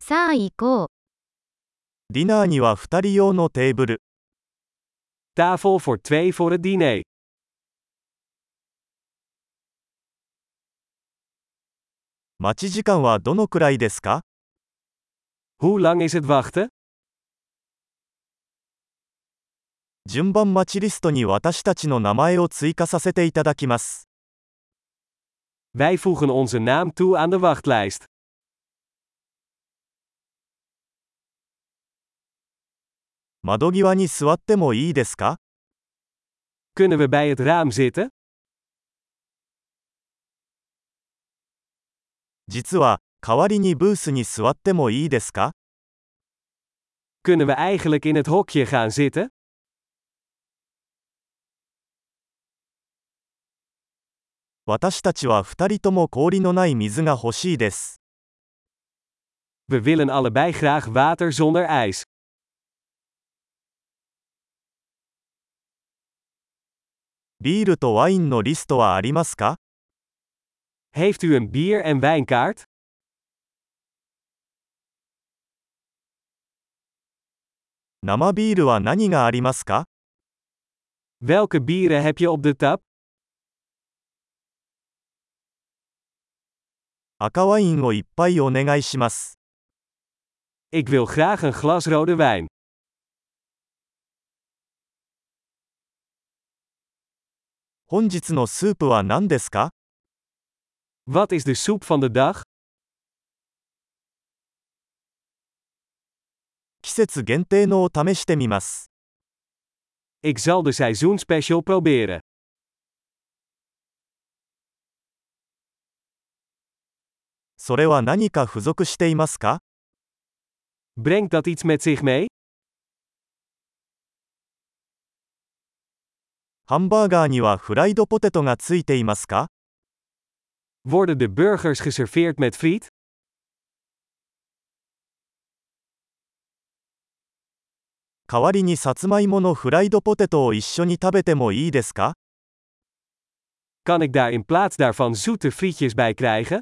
さあ行こう。ディナーには2人用のテーブル。 Tafel voor twee voor het diner. 待ち時間はどのくらいですか Hoe lang is het wachten? 順番待ちリストに私たちの名前を追加させていただきます。 Wij voegen onze naam toe aan de wachtlijst. 窓際に座ってもいいですか Kunnen we bij het raam zitten? 実は、代わりにブースに座ってもいいですか Kunnen we eigenlijk in het hokje gaan zitten? 私たちは2人とも氷のない水が欲しいです。 We willen allebei graag water zonder ijs. ビールとワインのリストはありますか Heeft u een bier- en wijnkaart? 生ビールは何がありますか Welke bieren heb je op de tap? 赤ワインをいっぱいお願いします。 Ik wil graag een glas rode wijn. 本日のスープは何ですか Wat is de soep van de dag? 季節限定のを試してみます。 Ik zal de seizoenspecial proberen. それは何か付属していますか Brengt dat iets met zich mee? ハンバーガーにはフライドポテトがついていますか Worden de burgers geserveerd met friet? 代わりにさつまいものフライドポテトを一緒に食べてもいいですか Kan ik daar in plaats daarvan zoete frietjes bij krijgen?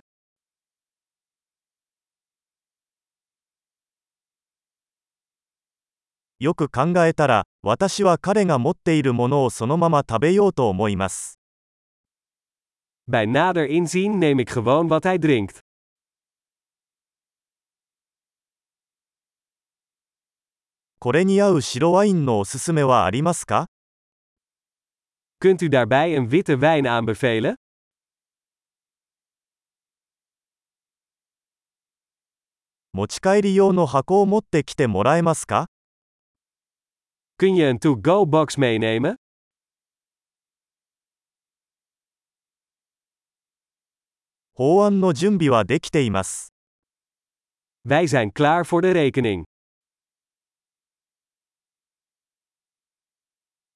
よく考えたら、私は彼が持っているものをそのまま食べようと思います。 Bij nader inzien neem ik gewoon wat hij drinkt. これに合う白ワインのおすすめはありますか Kunt u daarbij een witte wijn aanbevelen? 持ち帰り用の箱を持ってきてもらえますか Kun je een to-go box meenemen? 法案の準備はできています。 Wij zijn klaar voor de rekening.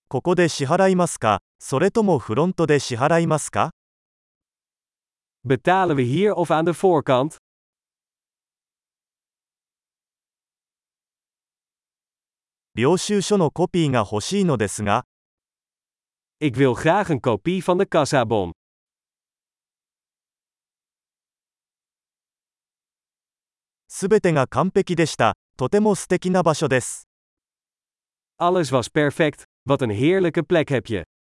ここで支払いますかそれともフロントで支払いますか Betalen we hier of aan de voorkant? 領収書のコピーが欲しいのですが、 Ik wil graag een kopie van de kassabon. すべてが完璧でした。とても素敵な場所です。 Alles was perfect. Wat een heerlijke plek heb je.